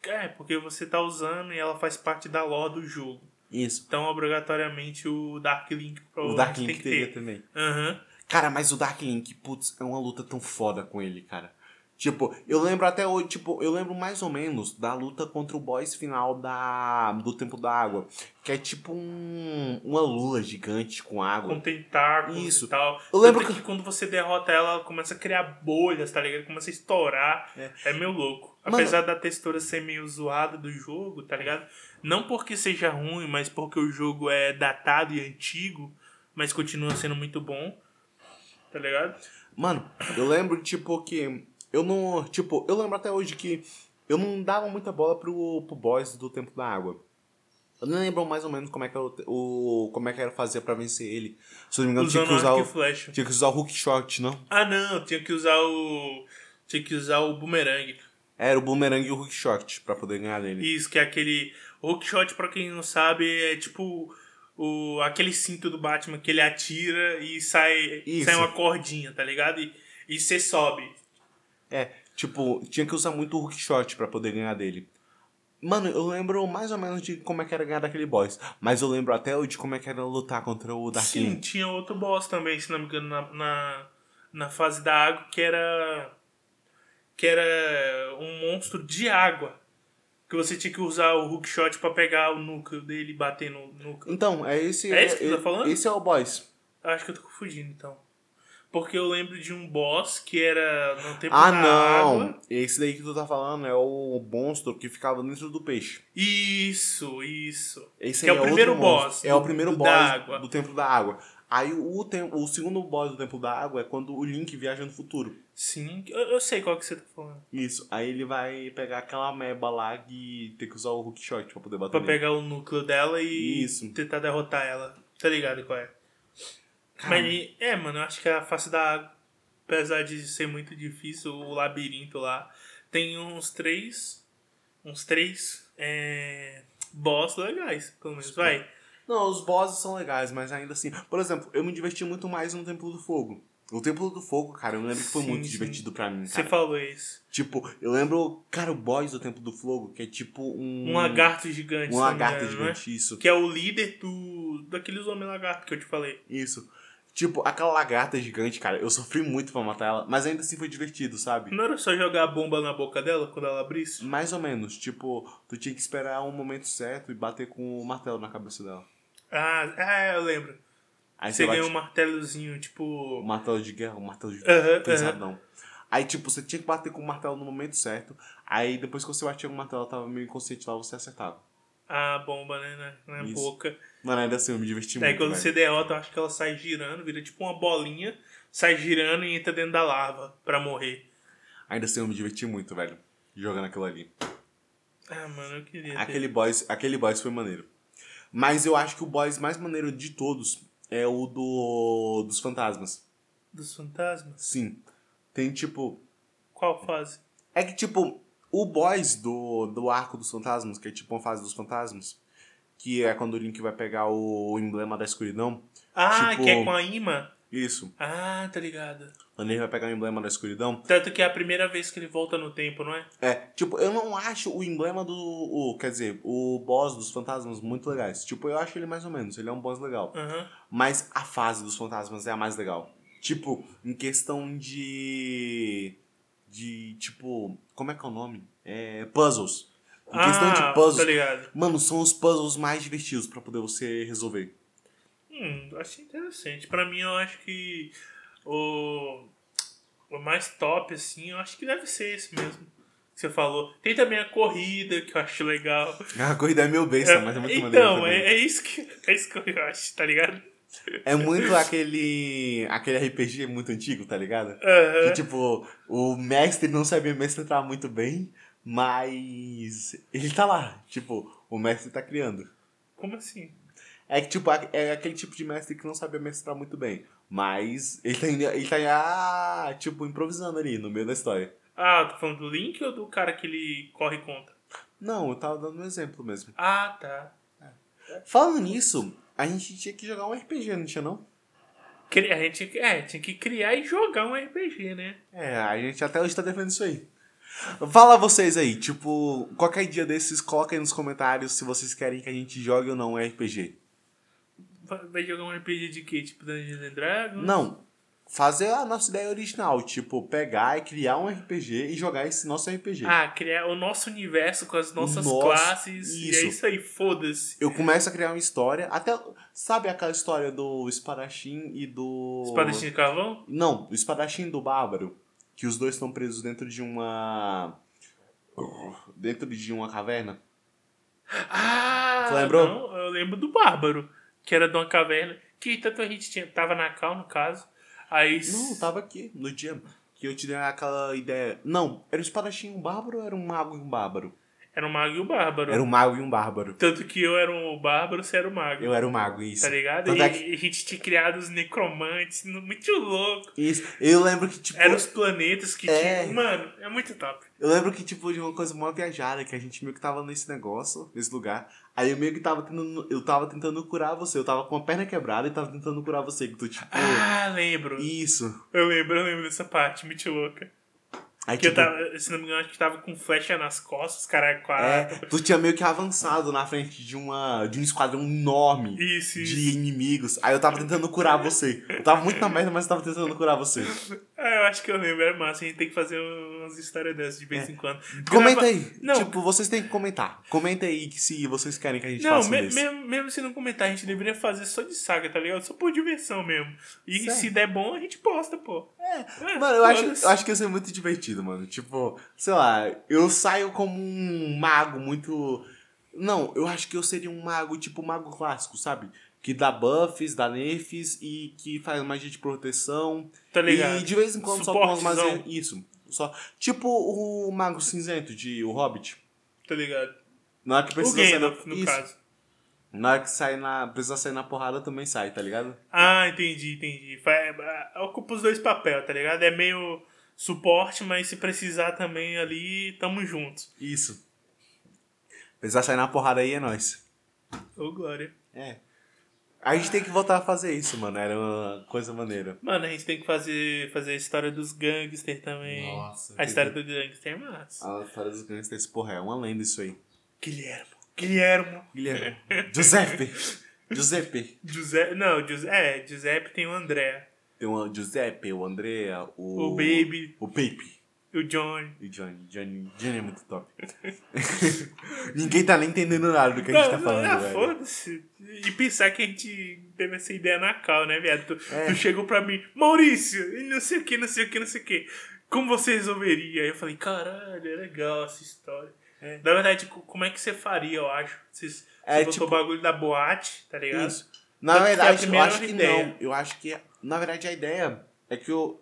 É, porque você tá usando e ela faz parte da lore do jogo. Isso. Então, obrigatoriamente, o Dark Link O provavelmente Dark Link tem que teria ter. também. Aham. Cara, mas o Dark Link, putz, é uma luta tão foda com ele, cara. Tipo, eu lembro até hoje, tipo, eu lembro mais ou menos da luta contra o boss final da do Tempo da Água, que é tipo um, uma lula gigante com água. Com tentáculos Isso. e tal. Eu lembro Tanto que- que... quando você derrota ela, ela começa a criar bolhas, tá ligado? Começa a estourar. É. É, meio louco. Mano- Apesar da textura ser meio zoada do jogo, tá ligado? Não porque seja ruim, mas porque o jogo é datado e antigo, mas continua sendo muito bom. Tá ligado? Mano, eu lembro tipo que eu não, tipo, eu lembro até hoje que eu não dava muita bola pro, pro boss do Tempo da Água. Eu não lembro mais ou menos como é que era o, o como é que era fazer pra vencer ele. Se eu não me engano, tinha Usando que usar arco e o, flecha. tinha que usar o hook shot, não? Ah, não, tinha que usar o. Tinha que usar o boomerang. Era o boomerang e o hook shot pra poder ganhar dele. Isso, que é aquele. O Hookshot, pra quem não sabe, é tipo o, aquele cinto do Batman que ele atira e sai, Isso. sai uma cordinha, tá ligado? E e você sobe. É, tipo, tinha que usar muito o hook shot pra poder ganhar dele. Mano, eu lembro mais ou menos de como é que era ganhar daquele boss, mas eu lembro até hoje de como é que era lutar contra o Dark Sim, Link. tinha outro boss também, se não me engano, na, na, na fase da água, que era. que era um monstro de água. Que você tinha que usar o hookshot pra pegar o núcleo dele e bater no núcleo. Então, é esse É esse que tu tá é- falando? Esse é o boss. Acho que eu tô confundindo então. Porque eu lembro de um boss que era no tempo Ah, da não. água. Esse daí que tu tá falando é o monstro que ficava dentro do peixe. Isso, isso. Esse Que é aí o primeiro outro monstro. boss É do- o primeiro do- boss da água. do Templo da Água. Aí o, tem- o segundo boss do Templo da Água é quando o Link viaja no futuro. Sim, eu, eu sei qual que você tá falando. Isso, aí ele vai pegar aquela meba lá que tem que usar o hook shot pra poder bater Pra nele. pegar o núcleo dela e Isso. tentar derrotar ela. Tá ligado qual é? Mas e- é, mano, eu acho que a face da água, apesar de ser muito difícil, o labirinto lá, tem uns três. Uns três é, boss legais, pelo menos. Vai. Não, os bosses são legais, mas ainda assim... Por exemplo, eu me diverti muito mais no Templo do Fogo. O Templo do Fogo, cara, eu lembro que foi Sim, muito sim. divertido pra mim, Você cara. falou isso. Tipo, eu lembro, cara, o boss do Templo do Fogo, que é tipo um... Um lagarto gigante. Um se não me lagarto engano, né? gigante, isso. Que é o líder do. daqueles homens lagarto que eu te falei. Isso. Tipo, aquela lagarta gigante, cara, eu sofri muito pra matar ela, mas ainda assim foi divertido, sabe? Não era só jogar a bomba na boca dela quando ela abrisse? Mais ou menos, tipo, tu tinha que esperar um momento certo e bater com o martelo na cabeça dela. Ah, ah, eu lembro. Aí você ganhou um bate martelozinho, com tipo. o martelo de guerra, um martelo de Aham, pesadão. Aí, tipo, você tinha que bater com o martelo no momento certo. Aí, depois que você batia com o martelo, ela tava meio inconsciente lá, você acertava. a bomba, né? Na, na Isso. boca. Mano, ainda assim, eu me diverti Daí muito, É, quando velho. você derrota, eu acho que ela sai girando, vira tipo uma bolinha, sai girando e entra dentro da lava pra morrer. Ainda assim, eu me diverti muito, velho, jogando aquilo ali. Ah, mano, eu queria. ter. Aquele boss, aquele boss foi maneiro. Mas eu acho que o boss mais maneiro de todos é o do dos fantasmas. Dos fantasmas? Sim. Tem tipo, Qual fase? é que tipo o boss do, do arco dos fantasmas, que é tipo uma fase dos fantasmas, que é quando o Link vai pegar o, emblema da escuridão. Ah, Tipo- que é com a imã? Isso. Ah, tá ligado. Quando ele vai pegar o emblema da escuridão. Tanto que é a primeira vez que ele volta no tempo, não é? É, tipo, eu não acho o emblema do. O, quer dizer, o boss dos fantasmas muito legais. Tipo, eu acho ele mais ou menos. Ele é um boss legal. Aham. Mas a fase dos fantasmas é a mais legal. Tipo, em questão de. De. Tipo. Como é que é o nome? É. Puzzles. Em questão de Tá puzzles. ligado. Mano, são os puzzles mais divertidos pra poder você resolver. Hum, eu achei interessante. Pra mim, eu acho que o, o mais top, assim, eu acho que deve ser esse mesmo. que Você falou. Tem também a corrida, que eu acho legal. A corrida é meu besta, mas é muito maneiro. então, também. é, é isso que, é isso que eu acho, tá ligado? É muito aquele. aquele RPG muito antigo, tá ligado? Aham. Que tipo, o mestre não sabia mestrar muito bem, mas. Ele tá lá. Tipo, o mestre tá criando. Como assim? É que, tipo, é aquele tipo de mestre que não sabe mestrar muito bem. Mas ele tá, ainda- ele tá ah, tipo, improvisando ali no meio da história. Ah, tá falando do Link ou do cara que ele corre contra? Não, eu tava dando um exemplo mesmo. Ah, tá. Falando nisso, a gente tinha que jogar um RPG, não tinha não? Cri- A gente tinha que- é, tinha que criar e jogar um RPG, né? É, a gente até hoje tá defendendo isso aí. Fala vocês aí, tipo, qualquer dia desses, coloca aí nos comentários se vocês querem que a gente jogue ou não um RPG. Vai vai jogar um RPG de quê? Tipo Dungeons and Dragons? Não, fazer a nossa ideia original, tipo, pegar e criar um RPG e jogar esse nosso RPG. Ah, criar o nosso universo com as nossas Nossa, classes. E isso. é isso aí, foda-se. Eu começo a criar uma história, até. Sabe aquela história do espadachim e do. Espadachim de carvão? Não, o espadachim e do bárbaro. Que os dois estão presos dentro de uma. Dentro de uma caverna. Ah! Tu lembrou? Não, eu lembro do Bárbaro, que era de uma caverna. Que tanto a gente tinha, tava na cal, no caso. Aí. Não, tá. tava aqui, no dia. Que eu te dei aquela ideia. Não, era o espadachim e um bárbaro ou era um mago e um bárbaro? Era o mago e o bárbaro. Era um mago e um bárbaro. Tanto que eu era o bárbaro, você era o mago. Eu era o mago, isso. Tá ligado? Tanto E, é que- e a gente tinha criado os necromantes, no- muito louco. Isso. Eu lembro que, tipo. Eram os planetas que É. tinha. Mano, é muito top. Eu lembro que, tipo, de uma coisa mó viajada, que a gente meio que tava nesse negócio, nesse lugar. Aí eu meio que tava tentando. Eu tava tentando curar você. Eu tava com a perna quebrada e tava tentando curar você. Que tu, tipo. Ah, lembro. Isso. Eu lembro, eu lembro dessa parte, muito louca. Aí, Que eu tipo, tava, se não me engano, acho que tava com flecha nas costas, cara, com a. é, tu tinha meio que avançado na frente de uma. de um esquadrão enorme Isso, isso. de inimigos. Aí eu tava tentando curar você. Eu tava muito na merda, mas eu tava tentando curar você. Ah, eu acho que eu lembro, era massa. A gente tem que fazer umas histórias dessas de vez em quando. É. Comenta Grava- aí. Não. Tipo, vocês têm que comentar. Comenta aí que se vocês querem que a gente Não, faça um me- desse. mesmo, mesmo se não comentar, a gente deveria fazer só de saga, tá ligado? Só por diversão mesmo. E Sério? se der bom, a gente posta, pô. É, Mano, eu acho, foda-se. eu acho que ia ser muito divertido, mano. Tipo, sei lá, eu saio como um mago muito. Não, eu acho que eu seria um mago, tipo, mago clássico, sabe? Que dá buffs, dá nerfs e que faz magia de proteção. Tá ligado? E de vez em quando solta umas magias. Suportezão. Isso. Só, tipo o Mago Cinzento de O Hobbit. Tá ligado? Na hora que O precisa sair na... Gandalf, no Isso. caso. Na hora que sai na... precisa sair na porrada, também sai, tá ligado? Ah, entendi, entendi. Fa- ah, Ocupa os dois papéis, tá ligado? É meio suporte, mas se precisar também ali, tamo juntos. Isso. Precisar sair na porrada aí é nóis. Ô, Glória. É. A gente tem que voltar a fazer isso, mano. Era uma coisa maneira. Mano, a gente tem que fazer, fazer a história dos gangster também. Nossa, A tem história que- Ah. do gangster é massa. A história dos gangsters, porra, é uma lenda isso aí. Guilhermo. Guilhermo. Guilherme. Giuseppe. Giuseppe. Giuseppe. Não, Giuseppe, é, Giuseppe tem o André, Tem o Giuseppe, o Andrea, o... o Baby, O Baby. o Johnny. E Johnny. Johnny, Johnny é muito top. Ninguém tá nem entendendo nada do que a gente tá falando, ah, velho. foda-se. E pensar que a gente teve essa ideia na cal, né, viado? Tu, É. tu chegou pra mim, Maurício, e não sei o que, não sei o que, não sei o que. Como você resolveria? Aí eu falei, caralho, é legal essa história. É. Na verdade, co- como é que você faria, eu acho? Você, você É, botou tipo- o bagulho da boate, tá ligado? Isso. Na Tanto que foi a verdade, eu primeira acho que ideia. não. Eu acho que, na verdade, a ideia é que eu,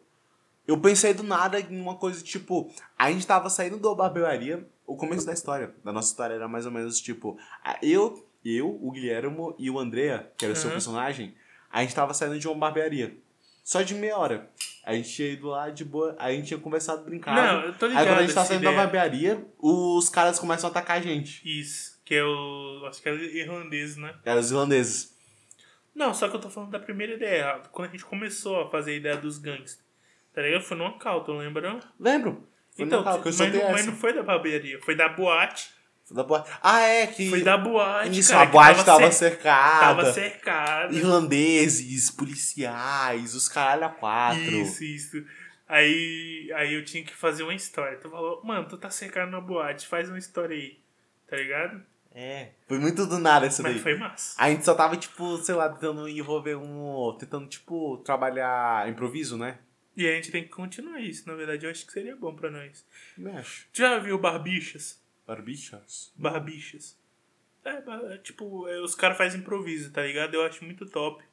eu pensei do nada em uma coisa tipo: a gente tava saindo da barbearia, o começo da história, da nossa história era mais ou menos tipo: a- eu, eu, o Guilhermo e o Andrea, que era o seu Aham. personagem, a gente tava saindo de uma barbearia. Só de meia hora. A gente tinha ido lá de boa, a gente tinha conversado, brincado. Não, eu tô Aí ligado. quando a gente tá essa saindo ideia. da barbearia, os caras começam a atacar a gente. Isso, que é o. Acho que é o irlandês, né? Eram os irlandeses. Não, só que eu tô falando da primeira ideia. Quando a gente começou a fazer a ideia dos gangues. Tá ligado? Foi numa cal, tu lembra? Lembro? Foi Então, Natal, que eu mas, soltei não, mas essa. não foi da barbearia, foi da boate. Foi da boate. Ah, é, que. Foi da boate. Isso, cara, a que boate tava, cer- cercada. Tava cercada. Irlandeses, policiais, os caralho a quatro. Isso, isso. Aí, aí eu tinha que fazer uma história. Tu falou, mano, tu tá cercado na boate, faz uma história aí. Tá ligado? É. Foi muito do nada isso daí. Mas é foi massa. A gente só tava, tipo, sei lá, tentando envolver um. Tentando, tipo, trabalhar improviso, né? E a gente tem que continuar isso. Na verdade, eu acho que seria bom pra nós. Eu acho. Tu já viu Barbichas? Barbichas. Barbichas. É, ba- é, tipo, é, os caras fazem improviso, tá ligado? Eu acho muito top.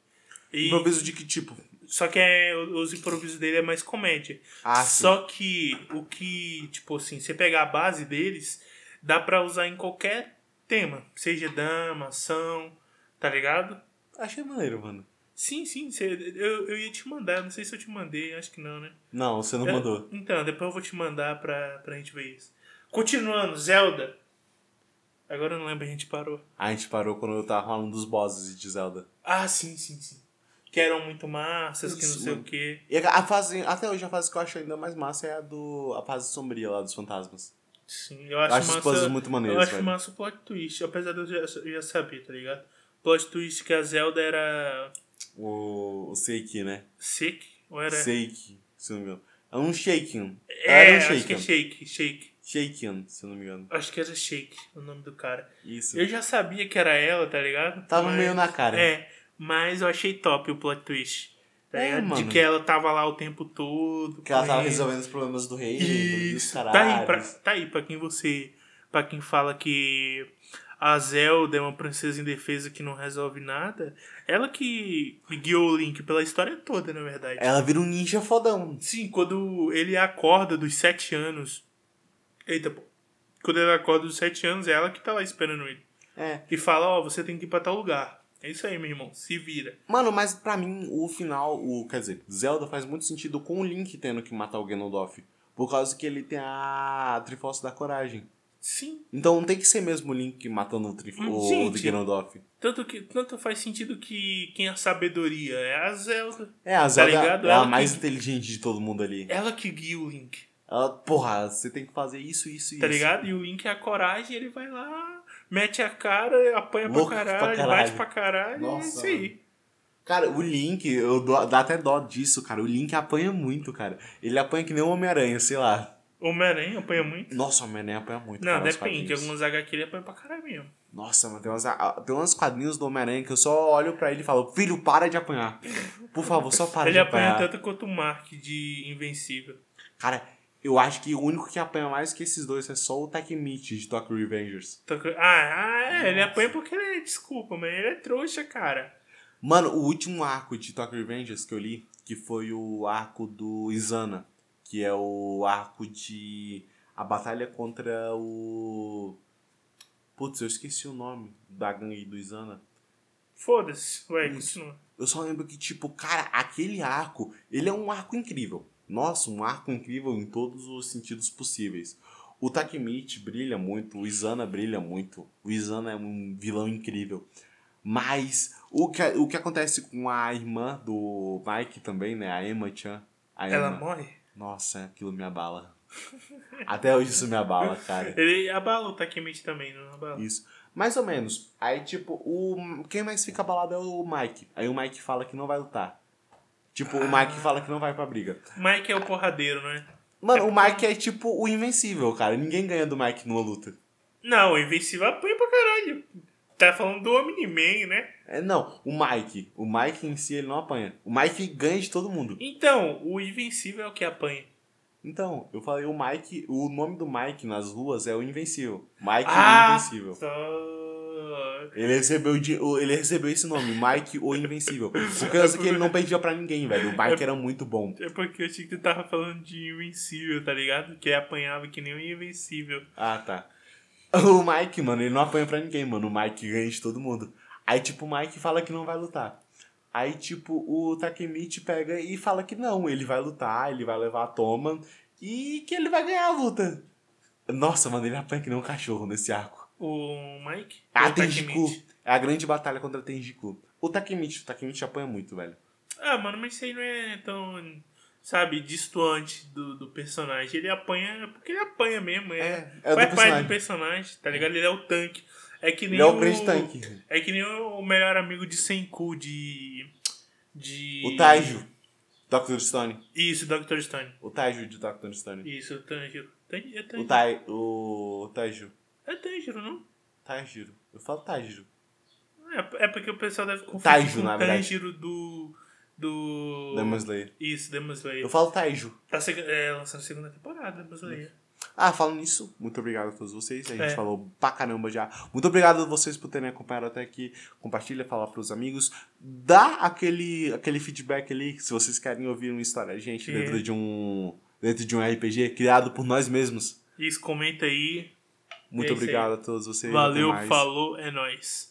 E, Improviso de que tipo? Só que é, os improvisos dele é mais comédia. Ah, sim. Só que o que, tipo assim, você pegar a base deles, dá pra usar em qualquer tema. Seja dama, ação, tá ligado? Achei maneiro, mano. Sim, sim, você- eu, eu ia te mandar, não sei se eu te mandei, acho que não, né? Não, você não Eu- mandou. Então, depois eu vou te mandar pra, pra gente ver isso. Continuando, Zelda. Agora eu não lembro, a gente parou. A gente parou quando eu tava falando dos bosses de Zelda. Ah, sim, sim, sim. Que eram muito massas, que não Isso, sei o mano. quê. E a fase, até hoje a fase que eu acho ainda mais massa é a do a fase sombria lá dos fantasmas. Sim, eu Eu acho, acho as massa. puzzles muito Eu maneiras, acho velho. massa o plot twist, apesar de eu já, eu já saber, tá ligado? Plot twist que a Zelda era O, o Seiki, né? sick ou era. Seiki, se eu não me engano. É um Shaken. É, era um acho que é Shaken. Shake, Shake. Shaken, se eu não me engano. Acho que era Shake o nome do cara. Isso. Eu já sabia que era ela, tá ligado? Tava Mas- meio na cara. É, mas eu achei top o plot twist. Tá É, ligado? De mano. que ela tava lá o tempo todo. Que ela com tava ele. resolvendo os problemas do rei, dos Isso, caralhos. tá aí, pra, tá aí pra quem você. Pra quem fala que a Zelda é uma princesa indefesa que não resolve nada, ela que guiou o Link pela história toda, na verdade. Ela vira um ninja fodão. Sim, quando ele acorda dos sete anos. Eita, pô. Quando ele acorda dos sete anos, é ela que tá lá esperando ele. É. E fala: Ó, você tem que ir pra tal lugar. É isso aí, meu irmão, se vira. Mano, mas pra mim, o final, o, quer dizer, Zelda faz muito sentido com o Link tendo que matar o Ganondorf. Por causa que ele tem a Triforce da Coragem. Sim, Então não tem que ser mesmo o Link matando o, Trif Hum, o gente. do Ganondorf. tanto que tanto faz sentido que quem é a sabedoria é a Zelda. É, a Zelda ligado? é a Ela mais que- inteligente de todo mundo ali. Ela que guia o Link. Ela, porra, você tem que fazer isso, isso e Tá isso. ligado? E o Link é a coragem, ele vai lá, mete a cara, apanha pra Louco pra caralho, caralho. bate pra caralho, Nossa, é isso aí. Cara, o Link, eu dou, dá até dó disso, cara. O Link apanha muito, cara. Ele apanha que nem o Homem-Aranha, sei lá. Homem-Aranha apanha muito? Nossa, o Homem-Aranha apanha muito. Não, cara, nos depende. quadrinhos. Algumas HQ ele apanha pra caralho mesmo. Nossa, mano, tem umas, ah, tem uns quadrinhos do Homem-Aranha que eu só olho pra ele e falo, filho, para de apanhar. Por favor, só para ele de apanha apanhar. tanto quanto o Mark de Invencível. Cara, eu acho que o único que apanha mais que esses dois é só o Takemichi de Tokyo Revengers. Tô co- Ah, ah, é, ele Nossa. apanha porque ele é. Desculpa, mas ele é trouxa, cara. Mano, o último arco de Tokyo Revengers que eu li, que foi o arco do Izana, que é o arco de a batalha contra o Putz, eu esqueci o nome da gangue do Izana. Foda-se, vai, Isso. continua. Eu só lembro que, tipo, cara, aquele arco, ele é um arco incrível. Nossa, um arco incrível em todos os sentidos possíveis. O Takemichi brilha muito, o Izana brilha muito. O Izana é um vilão incrível. Mas o que, o que acontece com a irmã do Mike também, né? A Emma-chan. A Emma. Ela morre? Nossa, aquilo me abala. Até hoje isso me abala, cara. Ele abala o Takemichi também, não abala? Isso. Mais ou menos. Aí, tipo, o... quem mais fica abalado é o Mike. Aí o Mike fala que não vai lutar. Tipo, o Mike fala que não vai pra briga. Mike é o porradeiro, né? Mano, o Mike é tipo o invencível, cara. Ninguém ganha do Mike numa luta. Não, o Invencível apanha pra caralho. Tá falando do Omni-Man, né? É, não, o Mike. O Mike em si ele não apanha. O Mike ganha de todo mundo. Então, o Invencível é o que apanha. Então, eu falei, o Mike, o nome do Mike nas ruas é o Invencível. Mike o Ah! Invencível. Só- Ele recebeu, de- o- ele recebeu esse nome, Mike o Invencível. Porque eu sei que ele não perdia pra ninguém, velho. O Mike era muito bom. É porque eu achei que tu tava falando de Invencível, tá ligado? Que apanhava que nem o Invencível. Ah, tá. O Mike, mano, ele não apanha pra ninguém, mano. O Mike ganha de todo mundo. Aí, tipo, o Mike fala que não vai lutar. Aí, tipo, o Takemichi pega e fala que não, ele vai lutar, ele vai levar a toma e que ele vai ganhar a luta. Nossa, mano, ele apanha que nem um cachorro nesse arco. O Mike? Ah, Ou o Tenjiku. Takemichi? É a grande batalha contra Tenjiku. O Takemichi, o Takemichi apanha muito, velho. Ah, mano, mas isso aí não é tão, sabe, distoante do, do personagem. Ele apanha é porque ele apanha mesmo. É, É, é o do faz parte personagem. do personagem, tá ligado? Ele é o tanque. É que nem Ele é o grande tanque. É que nem o melhor amigo de Senku de. de O Taijo, Dr. Stone. Isso, Dr. Stone. O Taijo de Dr. Stone. Isso, o Tanjiro. Tan- É O Tanjiro. Tai... O Taijo. É Tanjiro, não? Taijiro. Eu falo Taijiro. É, é porque o pessoal deve confundir Taijo, com na o verdade. Tanjiro do. Do. Demon Slayer. Isso, Demon Slayer. Eu falo Taijo. Tá seg- é, lançando a segunda temporada, Demon Slayer. Ah, falando nisso, muito obrigado a todos vocês. A gente É. falou pra caramba já. Muito obrigado a vocês por terem acompanhado até aqui. Compartilha, fala pros amigos. Dá aquele, aquele feedback ali, se vocês querem ouvir uma história da gente Sim. dentro de um dentro de um RPG criado por nós mesmos. Isso, comenta aí. Muito É isso aí. obrigado a todos vocês. até Valeu, mais. falou, é nóis.